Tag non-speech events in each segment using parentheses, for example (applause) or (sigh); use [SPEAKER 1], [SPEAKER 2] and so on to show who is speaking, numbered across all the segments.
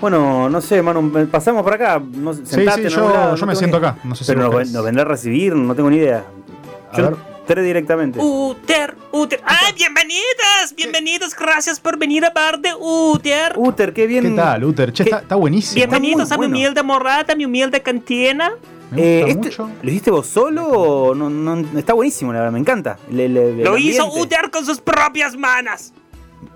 [SPEAKER 1] Bueno, no sé, Manu, pasamos por acá. No, sé,
[SPEAKER 2] Sí,
[SPEAKER 1] sentate
[SPEAKER 2] sí,
[SPEAKER 1] en
[SPEAKER 2] yo,
[SPEAKER 1] algún lado,
[SPEAKER 2] yo
[SPEAKER 1] no
[SPEAKER 2] me
[SPEAKER 1] tengo
[SPEAKER 2] siento
[SPEAKER 1] ni-
[SPEAKER 2] acá. No sé si
[SPEAKER 1] Pero
[SPEAKER 2] vos
[SPEAKER 1] nos,
[SPEAKER 2] querés.
[SPEAKER 1] nos vendrá a recibir, no tengo ni idea.
[SPEAKER 2] A
[SPEAKER 1] Yo
[SPEAKER 2] ver.
[SPEAKER 1] entré directamente.
[SPEAKER 3] Uh. Uter, Uter. ¡Ah, bienvenidas! Bienvenidos, gracias por venir a bar de Uter.
[SPEAKER 1] Uter, Uh, qué bien.
[SPEAKER 2] ¿Qué tal, Luther? Che,
[SPEAKER 1] ¿Qué?
[SPEAKER 2] está, está buenísimo.
[SPEAKER 1] Bien,
[SPEAKER 3] Bienvenidos
[SPEAKER 1] está
[SPEAKER 3] a
[SPEAKER 1] muy
[SPEAKER 3] mi
[SPEAKER 1] bueno.
[SPEAKER 3] humilde morada, mi humilde cantina.
[SPEAKER 2] Me
[SPEAKER 1] Eh,
[SPEAKER 2] gusta
[SPEAKER 1] este-
[SPEAKER 2] mucho.
[SPEAKER 1] ¿Lo hiciste vos solo? o No, no- está buenísimo, la verdad, me encanta. Le- le- el
[SPEAKER 3] Lo hizo
[SPEAKER 1] ambiente.
[SPEAKER 3] Uter con sus propias manos.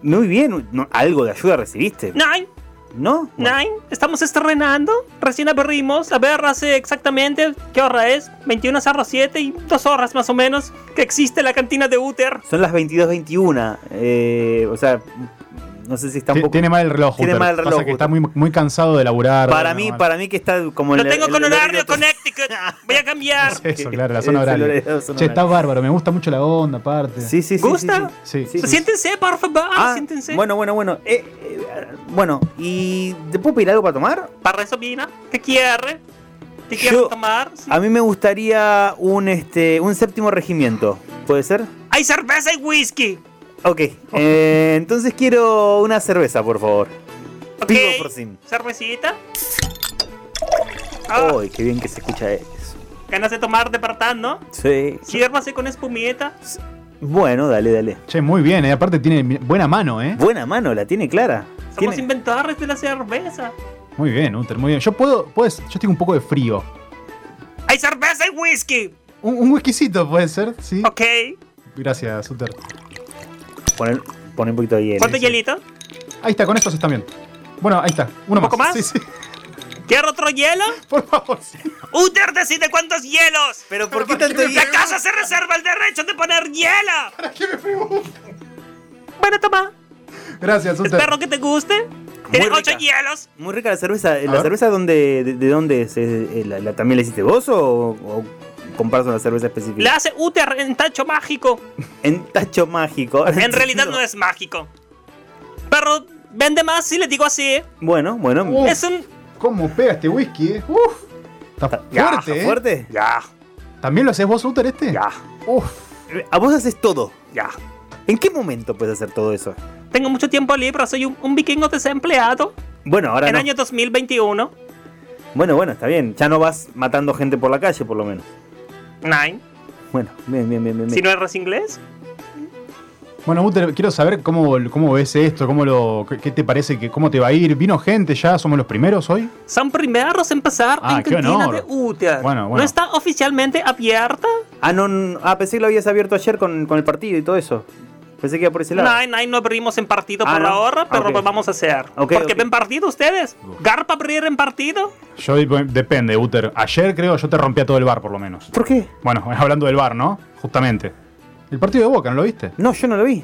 [SPEAKER 1] Muy bien, no, algo de ayuda recibiste.
[SPEAKER 3] Nine,
[SPEAKER 1] ¿No? Bueno,
[SPEAKER 3] nine, estamos estrenando. Recién abrimos. A ver, hace exactamente, ¿qué hora es? 21.07 y dos horas más o menos que existe la cantina de Uter.
[SPEAKER 1] Son las 22.21. eh, o sea, no sé si está un
[SPEAKER 2] Ti-
[SPEAKER 1] poco.
[SPEAKER 2] Tiene mal el reloj,
[SPEAKER 1] Tiene
[SPEAKER 2] Luther.
[SPEAKER 1] mal el reloj,
[SPEAKER 2] Pasa que está
[SPEAKER 1] Luther.
[SPEAKER 2] muy, muy cansado de laburar.
[SPEAKER 1] para
[SPEAKER 2] Bueno,
[SPEAKER 1] mí,
[SPEAKER 2] bueno.
[SPEAKER 1] para mí que está como
[SPEAKER 3] Lo
[SPEAKER 1] el-
[SPEAKER 3] tengo
[SPEAKER 1] el-
[SPEAKER 3] con
[SPEAKER 1] el
[SPEAKER 3] horario
[SPEAKER 1] to-
[SPEAKER 3] Connecticut.
[SPEAKER 1] (laughs)
[SPEAKER 3] Voy a cambiar.
[SPEAKER 2] Eso, claro, la zona
[SPEAKER 1] Es el
[SPEAKER 2] horaria.
[SPEAKER 1] horario, la zona
[SPEAKER 2] Che, está
[SPEAKER 1] horaria.
[SPEAKER 2] bárbaro. Me gusta mucho la onda, aparte.
[SPEAKER 1] Sí, sí, sí.
[SPEAKER 3] ¿Gusta?
[SPEAKER 1] Sí,
[SPEAKER 2] Sí.
[SPEAKER 1] sí. sí.
[SPEAKER 3] Siéntense, por favor,
[SPEAKER 1] Ah,
[SPEAKER 3] siéntense.
[SPEAKER 1] Bueno, bueno, bueno. Eh, eh, bueno, ¿y te puedo pedir algo para tomar?
[SPEAKER 3] Para eso vino. ¿Qué quiere? ¿Qué
[SPEAKER 1] Yo-
[SPEAKER 3] quiere tomar? Sí.
[SPEAKER 1] A mí me gustaría un este un séptimo regimiento. ¿Puede ser?
[SPEAKER 3] Hay cerveza y whisky.
[SPEAKER 1] Ok. eh, entonces quiero una cerveza, por favor.
[SPEAKER 3] Ok.
[SPEAKER 1] Pivo por sim.
[SPEAKER 3] Cervecita. Ah,
[SPEAKER 1] ¡Ay, qué bien que se escucha eso!
[SPEAKER 3] ganas de tomar de partán, ¿no?
[SPEAKER 1] Sí.
[SPEAKER 3] Siérvase con espumita.
[SPEAKER 1] Bueno, dale, dale.
[SPEAKER 2] Che, muy bien, eh. aparte tiene mi- buena mano, ¿eh?
[SPEAKER 1] Buena mano, la tiene clara.
[SPEAKER 3] Somos
[SPEAKER 1] Tiene-
[SPEAKER 3] inventores de la cerveza.
[SPEAKER 2] Muy bien, Uter, muy bien. Yo puedo, puedes, yo tengo un poco de frío.
[SPEAKER 3] Hay cerveza y whisky.
[SPEAKER 2] Un, un whiskycito puede ser, sí.
[SPEAKER 1] Ah.
[SPEAKER 3] Ok.
[SPEAKER 2] Gracias, Uter.
[SPEAKER 1] Poner, poner un poquito de hielo.
[SPEAKER 3] ¿Cuánto
[SPEAKER 1] Sí.
[SPEAKER 3] hielito?
[SPEAKER 2] Ahí está, con estos están bien. Bueno, ahí está. Uno
[SPEAKER 3] ¿Un poco más?
[SPEAKER 2] Sí, (laughs) sí.
[SPEAKER 3] ¿Quiere otro hielo?
[SPEAKER 2] Por favor, sí.
[SPEAKER 3] Uter decide cuántos hielos.
[SPEAKER 1] Pero ¿por qué tanto hielo?
[SPEAKER 3] La casa se reserva el derecho de poner hielo.
[SPEAKER 2] ¿Para qué me pregunto?
[SPEAKER 3] Bueno, toma.
[SPEAKER 2] Gracias, Uter.
[SPEAKER 3] Espero que te guste. Tiene
[SPEAKER 1] rica.
[SPEAKER 3] ocho hielos.
[SPEAKER 1] Muy rica la cerveza. ¿La
[SPEAKER 2] ver.
[SPEAKER 1] cerveza dónde, de, de dónde es? ¿Es- eh, la, la- también la hiciste vos o, o compras una cerveza específica?
[SPEAKER 3] La hace Uter en tacho mágico.
[SPEAKER 1] En tacho mágico.
[SPEAKER 3] En realidad no es mágico. Pero vende más si le digo así. ¿eh?
[SPEAKER 1] Bueno, bueno.
[SPEAKER 2] Uh,
[SPEAKER 3] Es un.
[SPEAKER 2] ¿Cómo pega este whisky, eh? Uf. Está fuerte,
[SPEAKER 1] Ya,
[SPEAKER 2] eh.
[SPEAKER 1] ¿Fuerte?
[SPEAKER 3] Ya,
[SPEAKER 2] ¿También lo haces vos, Uter, este? Uf.
[SPEAKER 1] Eh, A vos haces todo.
[SPEAKER 3] ya.
[SPEAKER 1] ¿En qué momento puedes hacer todo eso?
[SPEAKER 3] Tengo mucho tiempo libre, soy un, un vikingo desempleado.
[SPEAKER 1] Bueno, ahora
[SPEAKER 3] En
[SPEAKER 1] no.
[SPEAKER 3] año 2021.
[SPEAKER 1] Bueno, bueno, está bien. Ya no vas matando gente por la calle, por lo menos.
[SPEAKER 3] Nine.
[SPEAKER 1] Bueno, bien, bien, bien, bien.
[SPEAKER 3] Si
[SPEAKER 1] bien.
[SPEAKER 3] no eres inglés.
[SPEAKER 2] Bueno, Uter, quiero saber cómo, cómo ves esto, cómo lo, qué, qué te parece, que, cómo te va a ir. ¿Vino gente ya? ¿Somos los primeros hoy?
[SPEAKER 3] Son primeros en pasar
[SPEAKER 2] Ah,
[SPEAKER 3] en
[SPEAKER 2] qué
[SPEAKER 3] cantina
[SPEAKER 2] honor.
[SPEAKER 3] de Uter.
[SPEAKER 2] Bueno, bueno.
[SPEAKER 3] No está oficialmente abierta.
[SPEAKER 1] Ah, no, no, ah, pensé que lo habías abierto ayer con, con el partido y todo eso. Pensé que iba por ese lado.
[SPEAKER 3] Nine, nine, no abrimos en partido
[SPEAKER 1] Ah,
[SPEAKER 3] por
[SPEAKER 1] ¿no?
[SPEAKER 3] ahora,
[SPEAKER 1] Ah,
[SPEAKER 3] pero
[SPEAKER 1] ok.
[SPEAKER 3] lo vamos a hacer.
[SPEAKER 1] Ok,
[SPEAKER 3] Porque
[SPEAKER 1] ok.
[SPEAKER 3] ven partido ustedes. Garpa abrir en partido.
[SPEAKER 2] Yo bueno, depende, Uter. Ayer creo yo te rompía todo el bar, por lo menos.
[SPEAKER 1] ¿Por qué?
[SPEAKER 2] Bueno, (laughs) hablando del bar, ¿no? Justamente. El partido de Boca, ¿no lo viste?
[SPEAKER 1] No, yo no lo vi.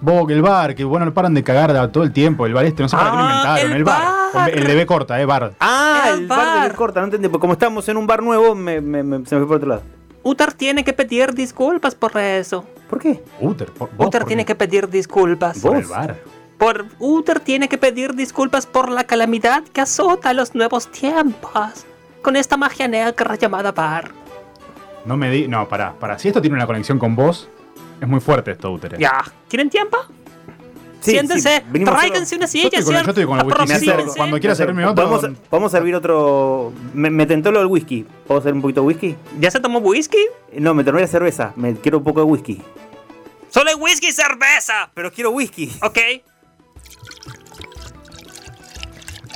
[SPEAKER 2] Boca, el bar, que bueno, paran de cagar a todo el tiempo. El bar este, no sé para qué lo
[SPEAKER 3] Ah,
[SPEAKER 2] inventaron.
[SPEAKER 3] el
[SPEAKER 2] El, bar.
[SPEAKER 3] bar.
[SPEAKER 2] El de B corta, ¿eh? Bar.
[SPEAKER 1] Ah, el,
[SPEAKER 3] El
[SPEAKER 1] bar, de
[SPEAKER 3] bar.
[SPEAKER 1] Luis corta, no entendí. Porque como estamos en un bar nuevo, me- me- me- se me fue por otro lado.
[SPEAKER 3] Uter tiene que pedir disculpas por eso.
[SPEAKER 1] ¿Por qué?
[SPEAKER 2] Uter, por- vos,
[SPEAKER 3] Uter
[SPEAKER 2] ¿por
[SPEAKER 3] tiene
[SPEAKER 2] qué?
[SPEAKER 3] que pedir disculpas.
[SPEAKER 2] Por el
[SPEAKER 1] Vos.
[SPEAKER 2] bar.
[SPEAKER 3] Por Uther tiene que pedir disculpas por la calamidad que azota los nuevos tiempos con esta magia negra llamada bar.
[SPEAKER 2] No me di. No, pará, pará. Si esto tiene una conexión con vos, es muy fuerte esto, Uter. eh.
[SPEAKER 3] Ya. ¿Quieren tiempo?
[SPEAKER 1] Sí,
[SPEAKER 3] Siéntense,
[SPEAKER 1] sí, venimos
[SPEAKER 3] tráiganse una
[SPEAKER 2] Yo
[SPEAKER 3] silla,
[SPEAKER 2] estoy con, yo
[SPEAKER 3] ¿cierto?
[SPEAKER 2] estoy con el whisky.
[SPEAKER 1] aproxímense.
[SPEAKER 2] Cuando- Cuando quieras
[SPEAKER 1] solo.
[SPEAKER 2] servirme otro.
[SPEAKER 1] Vamos a, vamos a servir otro. Me, me tentó lo del whisky. ¿Puedo hacer un poquito de whisky?
[SPEAKER 3] ¿Ya se tomó whisky?
[SPEAKER 1] No, me tomé la cerveza. Me quiero un poco de whisky.
[SPEAKER 3] Solo hay whisky y cerveza.
[SPEAKER 1] Pero quiero whisky.
[SPEAKER 3] ¿Ok?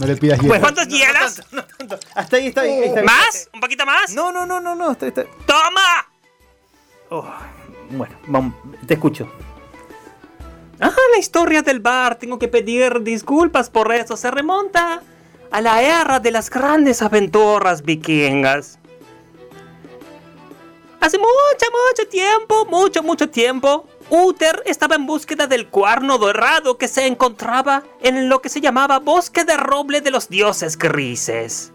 [SPEAKER 2] No le pidas hielo.
[SPEAKER 3] Pues, ¿Cuántos hielos?
[SPEAKER 1] (laughs) Hasta ahí está. ahí está bien.
[SPEAKER 3] ¿Más? ¿Un poquito más?
[SPEAKER 1] No, no, no, no, no. Está, está-
[SPEAKER 3] ¡Toma!
[SPEAKER 1] Oh, Bueno, vamos, te escucho.
[SPEAKER 3] Ah, la historia del bar. Tengo que pedir disculpas por eso. Se remonta a la era de las grandes aventuras vikingas. Hace mucho, mucho tiempo, mucho, mucho tiempo, Uther estaba en búsqueda del cuerno dorado que se encontraba en lo que se llamaba Bosque de Roble de los Dioses Grises.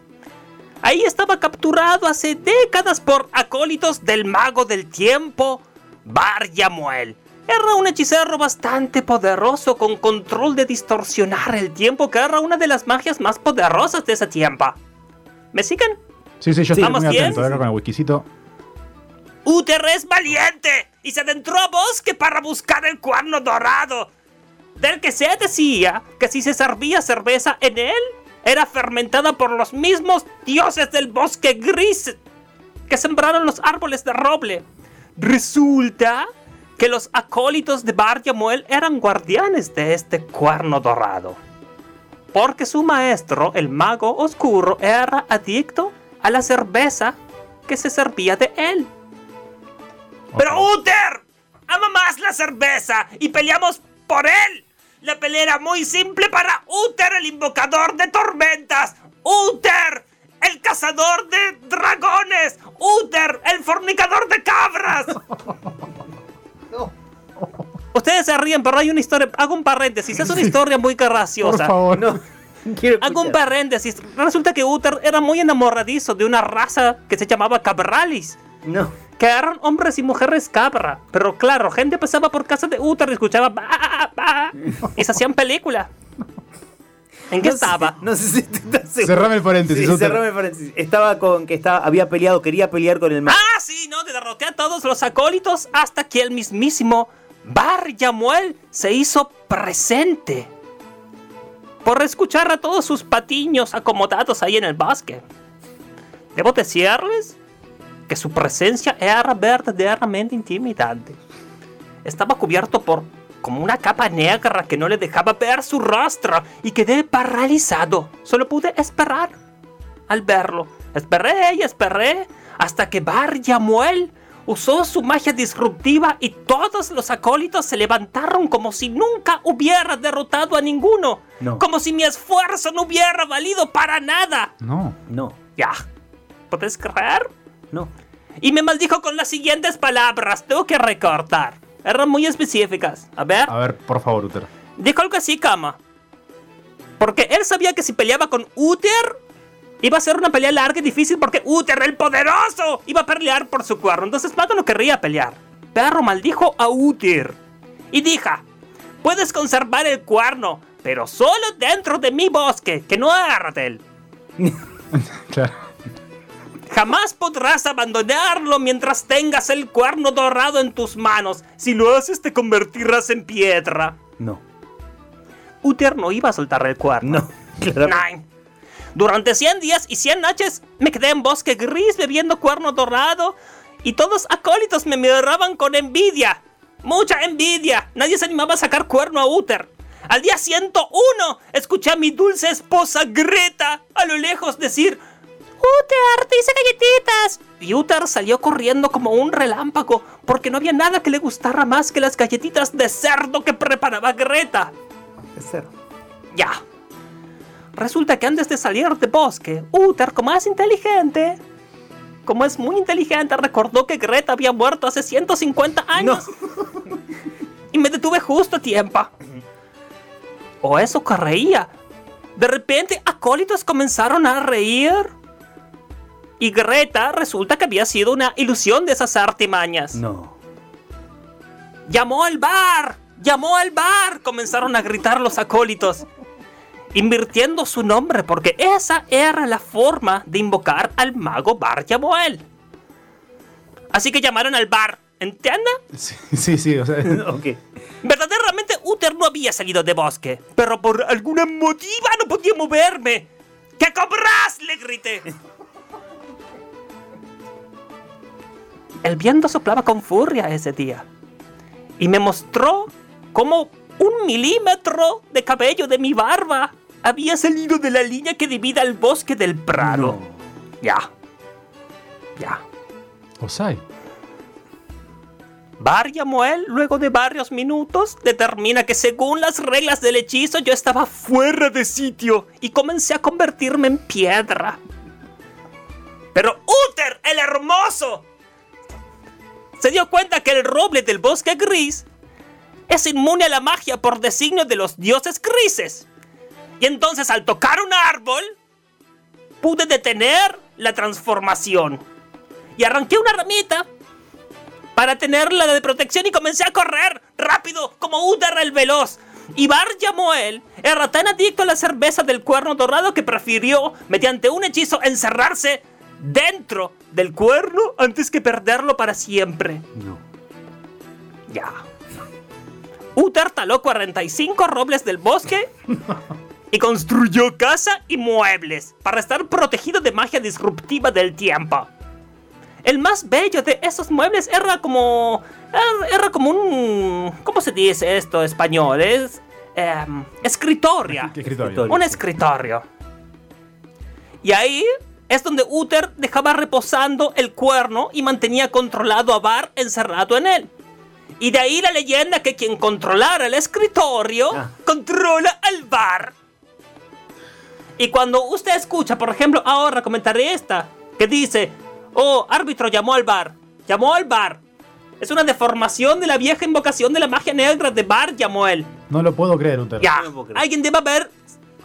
[SPEAKER 3] Ahí estaba capturado hace décadas por acólitos del mago del tiempo, Bar Yamuel. Era un hechicero bastante poderoso con control de distorsionar el tiempo, que era una de las magias más poderosas de ese tiempo. ¿Me siguen?
[SPEAKER 2] Sí, sí, yo estoy
[SPEAKER 3] ¿Vamos
[SPEAKER 2] muy
[SPEAKER 3] bien?
[SPEAKER 2] atento. Acá con el whiskycito.
[SPEAKER 3] Uther es valiente y se adentró a bosque para buscar el cuerno dorado, del que se decía que si se servía cerveza en él, era fermentada por los mismos dioses del bosque gris que sembraron los árboles de roble. Resulta que los acólitos de Bar Yamuel eran guardianes de este cuerno dorado. Porque su maestro, el mago oscuro, era adicto a la cerveza que se servía de él. Pero Uther ama más la cerveza y peleamos por él. La pelea era muy simple para Uther, el invocador de tormentas. Uther, el cazador de dragones. Uther, el fornicador
[SPEAKER 2] (laughs)
[SPEAKER 3] de cabras. Ustedes se ríen, pero hay una historia. Hago un paréntesis. Es una historia muy
[SPEAKER 2] Por
[SPEAKER 3] graciosa.
[SPEAKER 2] favor.
[SPEAKER 3] (laughs)
[SPEAKER 1] No, quiero
[SPEAKER 3] Hago un
[SPEAKER 1] escuchar.
[SPEAKER 3] paréntesis. Resulta que Uther era muy enamoradizo de una raza que se llamaba Cabralis.
[SPEAKER 1] No.
[SPEAKER 3] Que eran hombres y mujeres cabra. Pero claro, gente pasaba por casa de Uther y escuchaba. "Ba, ba", y se hacían película. ¿En qué
[SPEAKER 1] No sé-
[SPEAKER 3] estaba?
[SPEAKER 1] no sé si te estás seguro.
[SPEAKER 2] Cerrame el paréntesis,
[SPEAKER 1] Sí,
[SPEAKER 2] Uther.
[SPEAKER 1] cerrame el paréntesis. Estaba con que estaba, había peleado, quería pelear con el mago.
[SPEAKER 3] Ah, sí, no, te derroté a todos los acólitos hasta que el mismísimo Bar Yamuel se hizo presente. Por escuchar a todos sus patiños acomodados ahí en el bosque. Debo decirles que su presencia era verdaderamente intimidante. Estaba cubierto por como una capa negra que no le dejaba ver su rostro y quedé paralizado. Solo pude esperar al verlo. Esperé y esperé hasta que Bar Yamuel usó su magia disruptiva y todos los acólitos se levantaron como si nunca hubiera derrotado a ninguno.
[SPEAKER 1] No.
[SPEAKER 3] Como si mi esfuerzo no hubiera valido para nada.
[SPEAKER 2] No.
[SPEAKER 1] No,
[SPEAKER 3] Ya. ¿Puedes creer?
[SPEAKER 1] no.
[SPEAKER 3] Y me maldijo con las siguientes palabras. Tengo que recortar. Eran muy específicas. A ver.
[SPEAKER 2] A ver, por favor, Uther.
[SPEAKER 3] Dijo algo así, Kama. Porque él sabía que si peleaba con Uther, iba a ser una pelea larga y difícil porque Uther, el poderoso, iba a pelear por su cuerno. Entonces Mago no querría pelear. Perro maldijo a Uther. Y dijo, puedes conservar el cuerno, pero solo dentro de mi bosque, que no arde él.
[SPEAKER 2] Claro.
[SPEAKER 3] Jamás podrás abandonarlo mientras tengas el cuerno dorado en tus manos. Si lo haces te convertirás en piedra.
[SPEAKER 1] No,
[SPEAKER 3] Uther no iba a soltar el cuerno.
[SPEAKER 1] no. (laughs) Claro.
[SPEAKER 3] Nine. Durante 100 días y 100 noches me quedé en bosque gris bebiendo cuerno dorado y todos acólitos me miraban con envidia. Mucha envidia. Nadie se animaba a sacar cuerno a Uther. Al día 101 escuché a mi dulce esposa Greta a lo lejos decir Uther, te hice galletitas. Y Uther salió corriendo como un relámpago porque no había nada que le gustara más que las galletitas de cerdo que preparaba Greta.
[SPEAKER 1] Cero.
[SPEAKER 3] Ya. Resulta que antes de salir de bosque, Uther, como es inteligente, como es muy inteligente, recordó que Greta había muerto hace 150 años. y me detuve justo a tiempo. O eso creía. De repente, acólitos comenzaron a reír. Y Greta resulta que había sido una ilusión de esas artimañas.
[SPEAKER 1] No.
[SPEAKER 3] ¡Llamó al bar! ¡Llamó al bar! Comenzaron a gritar los acólitos, invirtiendo su nombre porque esa era la forma de invocar al mago Bar Yamoel. Así que llamaron al bar, ¿entienden?
[SPEAKER 2] Sí, sí, sí, o sea. (laughs)
[SPEAKER 1] Ok.
[SPEAKER 3] Verdaderamente Uther no había salido de bosque, pero por alguna motiva no podía moverme. ¡Que cobras! le grité. El viento soplaba con furia ese día y me mostró cómo un milímetro de cabello de mi barba había salido de la línea que divide al bosque del prado.
[SPEAKER 1] No.
[SPEAKER 3] Ya. Ya.
[SPEAKER 2] Osai.
[SPEAKER 3] Bar Yamuel, luego de varios minutos, determina que según las reglas del hechizo yo estaba fuera de sitio y comencé a convertirme en piedra. Pero Uther, el hermoso, se dio cuenta que el roble del bosque gris es inmune a la magia por designio de los dioses grises. Y entonces al tocar un árbol, pude detener la transformación. Y arranqué una ramita para tenerla de protección y comencé a correr rápido como Udar el veloz. Y Bar Yamoel era tan adicto a la cerveza del cuerno dorado que prefirió, mediante un hechizo, encerrarse dentro del cuerno antes que perderlo para siempre.
[SPEAKER 1] No.
[SPEAKER 3] Ya. Uther taló 45 robles del bosque y construyó casa y muebles para estar protegido de magia disruptiva del tiempo. El más bello de esos muebles era como. Era, era como un. ¿Cómo se dice esto en español? Es. em, escritoria.
[SPEAKER 2] Qué escritorio.
[SPEAKER 1] Escritorio.
[SPEAKER 3] Un escritorio. Y ahí es donde Uther dejaba reposando el cuerno y mantenía controlado a Bar encerrado en él. Y de ahí la leyenda que quien controlara el escritorio
[SPEAKER 1] Ah.
[SPEAKER 3] controla al Bar. Y cuando usted escucha, por ejemplo, ahora comentaré esta, que dice, oh, árbitro llamó al Bar, llamó al Bar. Es una deformación de la vieja invocación de la magia negra de Bar llamó él.
[SPEAKER 2] No lo puedo creer, Uther.
[SPEAKER 3] Ya,
[SPEAKER 1] No puedo creer.
[SPEAKER 3] alguien debe haber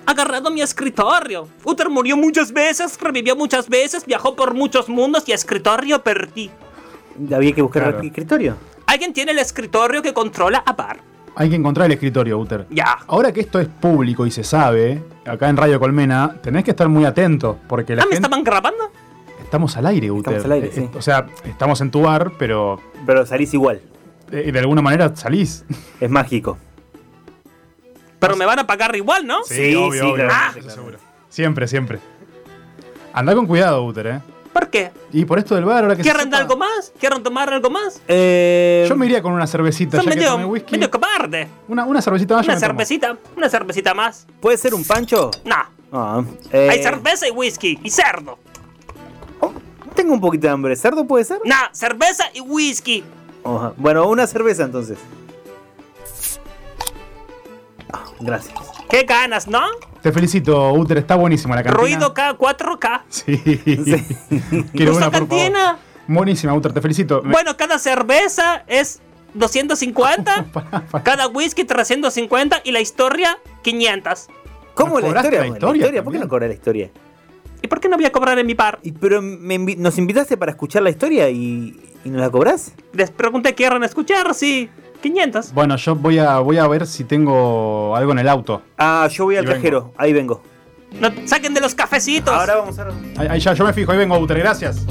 [SPEAKER 3] agarrado mi escritorio. Uther murió muchas veces, revivió muchas veces, viajó por muchos mundos y escritorio perdí.
[SPEAKER 1] Había que buscar
[SPEAKER 2] Claro.
[SPEAKER 1] el escritorio.
[SPEAKER 3] Alguien tiene el escritorio que controla a Bar.
[SPEAKER 2] Hay que encontrar el escritorio, Uther.
[SPEAKER 3] Ya.
[SPEAKER 2] Ahora que esto es público y se sabe, acá en Radio Colmena, tenés que estar muy atentos, porque la
[SPEAKER 3] Ah, ¿me
[SPEAKER 2] gente...
[SPEAKER 3] estaban grabando?
[SPEAKER 2] Estamos al aire, Uther.
[SPEAKER 1] Estamos al aire,
[SPEAKER 2] Eh,
[SPEAKER 1] sí.
[SPEAKER 2] O sea, estamos en tu bar, pero
[SPEAKER 1] Pero salís igual.
[SPEAKER 2] eh, de alguna
[SPEAKER 1] (laughs)
[SPEAKER 2] manera salís.
[SPEAKER 1] Es mágico.
[SPEAKER 3] Pero me van a pagar igual, ¿no?
[SPEAKER 1] Sí, sí, claro,
[SPEAKER 2] Ah,
[SPEAKER 1] sí,
[SPEAKER 2] eso
[SPEAKER 1] claro.
[SPEAKER 2] seguro. Siempre, siempre. Andá con cuidado, Uther, ¿eh?
[SPEAKER 3] ¿Por qué?
[SPEAKER 2] Y por esto del bar, ahora que se
[SPEAKER 3] ¿Quieren
[SPEAKER 2] sepa-
[SPEAKER 3] algo más? ¿Quieren tomar algo más?
[SPEAKER 1] Eh,
[SPEAKER 2] Yo me iría con una cervecita,
[SPEAKER 3] Son
[SPEAKER 2] ya que
[SPEAKER 3] medio,
[SPEAKER 2] tomé whisky.
[SPEAKER 3] medio cobarde.
[SPEAKER 2] Una, una cervecita más yo
[SPEAKER 3] Una
[SPEAKER 2] me tomo.
[SPEAKER 3] cervecita, una cervecita más.
[SPEAKER 1] ¿Puede ser un pancho?
[SPEAKER 3] Nah,
[SPEAKER 1] Ah, eh, oh,
[SPEAKER 3] hay cerveza y whisky y cerdo.
[SPEAKER 1] Tengo un poquito de hambre. ¿Cerdo puede ser?
[SPEAKER 3] Nah, cerveza y whisky.
[SPEAKER 1] Ajá. Bueno, una cerveza entonces. Ah, gracias.
[SPEAKER 3] Qué ganas, ¿no?
[SPEAKER 2] Te felicito, Uther, está buenísima la cantina.
[SPEAKER 3] Ruido K, 4K.
[SPEAKER 2] Sí.
[SPEAKER 1] Sí.
[SPEAKER 2] (laughs) Quiero
[SPEAKER 3] Usa
[SPEAKER 2] una, por favor.
[SPEAKER 3] cantina.
[SPEAKER 2] Buenísima, Uther, te felicito. (laughs) Me-
[SPEAKER 3] Bueno, cada cerveza es 250,
[SPEAKER 2] Pará, pará.
[SPEAKER 3] cada whisky 350 y la historia 500.
[SPEAKER 1] ¿Cómo la
[SPEAKER 2] cobraste
[SPEAKER 1] historia?
[SPEAKER 2] la
[SPEAKER 1] Bueno,
[SPEAKER 2] historia
[SPEAKER 1] ¿Por qué
[SPEAKER 2] también?
[SPEAKER 1] no cobré la historia?
[SPEAKER 3] ¿Y por qué no voy a cobrar en mi bar?
[SPEAKER 1] Y- pero me invi- nos invitaste para escuchar la historia y, y nos la cobrás.
[SPEAKER 3] Les pregunté, ¿quieren escuchar? Sí, 500.
[SPEAKER 2] Bueno, yo voy a, voy a ver si tengo algo en el auto.
[SPEAKER 1] Ah, yo voy al
[SPEAKER 2] Y vengo.
[SPEAKER 1] cajero. Ahí vengo.
[SPEAKER 3] No, saquen de los cafecitos.
[SPEAKER 1] Ahora vamos a...
[SPEAKER 2] Ahí, ahí ya, yo me fijo, ahí vengo, Uther, gracias.